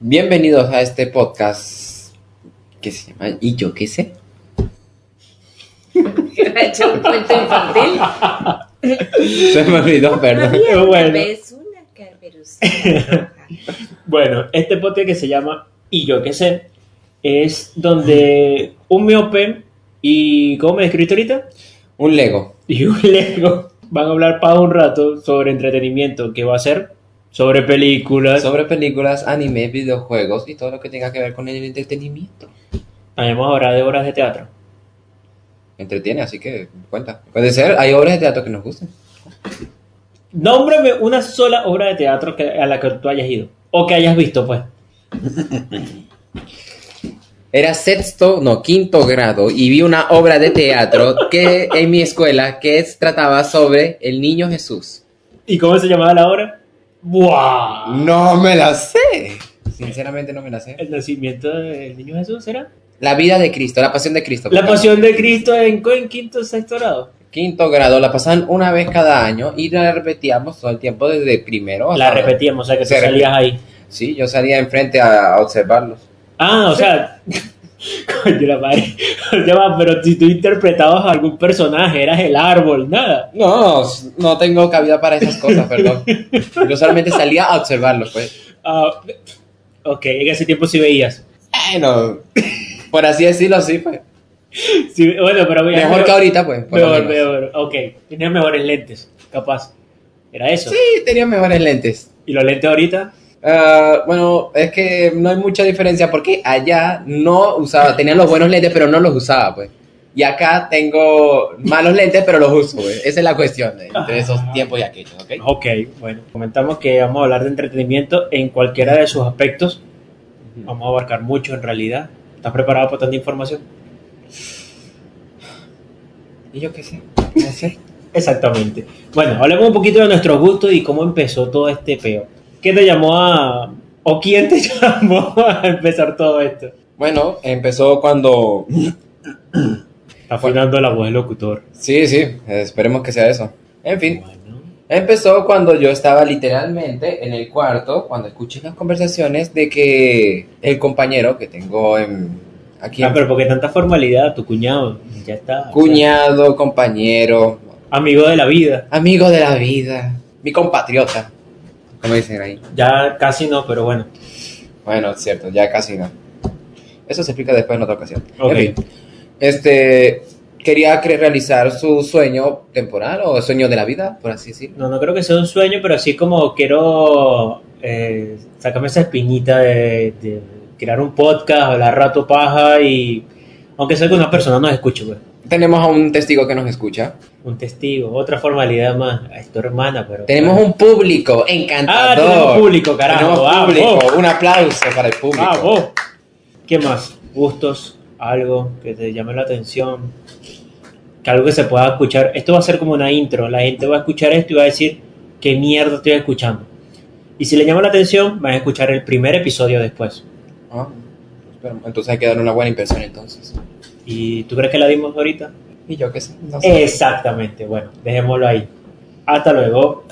Bienvenidos a este podcast que se llama ¿Y yo qué sé? ¿Ha hecho un cuento infantil? Se me olvidó, perdón. Había una Bueno. vez una carmerucita roja. Bueno, este podcast que se llama Y yo qué sé, es donde un miope y, ¿cómo me describiste ahorita? Un Lego. Y un lego van a hablar para un rato sobre entretenimiento, que va a ser sobre películas. Sobre películas, anime, videojuegos y todo lo que tenga que ver con el entretenimiento. Además, ahora de obras de teatro. Entretiene, así que cuenta. Puede ser, hay obras de teatro que nos gusten. Nómbrame una sola obra de teatro que, a la que tú hayas ido. O que hayas visto, pues. Era sexto, no, quinto grado y vi una obra de teatro que en mi escuela que es- trataba sobre el niño Jesús. ¿Y cómo se llamaba la obra? ¡Buah! No me la sé. Sinceramente no me la sé. El nacimiento del niño Jesús, ¿será? La vida de Cristo, la pasión de Cristo. La pasión de Cristo en, en quinto sexto grado. Quinto grado, la pasaban una vez cada año y la repetíamos todo el tiempo desde primero. La hasta- repetíamos, o sea que tú Se repite. salías ahí. Sí, yo salía enfrente a, a observarlos. Ah, o sea. Coño, la madre. O sea, va, pero si tú interpretabas a algún personaje, eras el árbol, nada. No, s- no tengo cabida para esas cosas, perdón. Yo solamente salía a observarlos, pues. Ah, ok, en ese tiempo sí veías. Bueno, por así decirlo, sí, pues. Sí, bueno, pero veías. Mejor que ahorita, pues. por lo Peor, menos. peor. Ok, tenías mejores lentes, capaz. Era eso. Sí, tenía mejores lentes. ¿Y los lentes ahorita? Ah, bueno, es que no hay mucha diferencia porque allá no usaba, tenía los buenos lentes, pero no los usaba, pues. Y acá tengo malos lentes, pero los uso, pues. Esa es la cuestión eh, entre esos tiempos y aquellos, ¿ok? Ok, bueno. Comentamos que vamos a hablar de entretenimiento en cualquiera de sus aspectos. Vamos a abarcar mucho en realidad. ¿Estás preparado para tanta información? ¿Y yo qué sé? No sé. Exactamente. Bueno, hablemos un poquito de nuestros gustos y cómo empezó todo este peo. ¿Qué te llamó a... o quién te llamó a empezar todo esto? Bueno, empezó cuando... Está afinando la voz del locutor. Sí, sí, esperemos que sea eso. En fin, Bueno. Empezó cuando yo estaba literalmente en el cuarto, cuando escuché las conversaciones de que el compañero que tengo en- aquí, Ah, pero porque tanta formalidad, tu cuñado, ya está. cuñado, compañero, O sea, amigo de la vida. amigo de la vida, mi compatriota, como dicen ahí. Ya casi no, pero bueno. Bueno, es cierto, ya casi no. Eso se explica después en otra ocasión. Ok. En fin, este, quería cre- realizar su sueño temporal o sueño de la vida, por así decirlo. No, no creo que sea un sueño, pero así como quiero eh, sacarme esa espinita de, de crear un podcast, hablar rato paja y... Aunque sea que una persona nos escuche, pues. güey. Tenemos a un testigo que nos escucha. Un testigo, otra formalidad más. Es tu hermana, pero. Tenemos un público Ah, encantador. tenemos público, carajo. Tenemos vamos, público. Un aplauso para el público. vamos. Ah, ¿Qué más? Gustos, algo que te llame la atención. Que algo que se pueda escuchar. Esto va a ser como una intro. La gente va a escuchar esto y va a decir, ¿qué mierda estoy escuchando? Y si le llama la atención, van a escuchar el primer episodio después. Ah, espera, entonces hay que dar una buena impresión entonces. ¿Y tú crees que la dimos ahorita? Y yo qué sé. No sé. Exactamente, bueno, dejémoslo ahí. Hasta luego.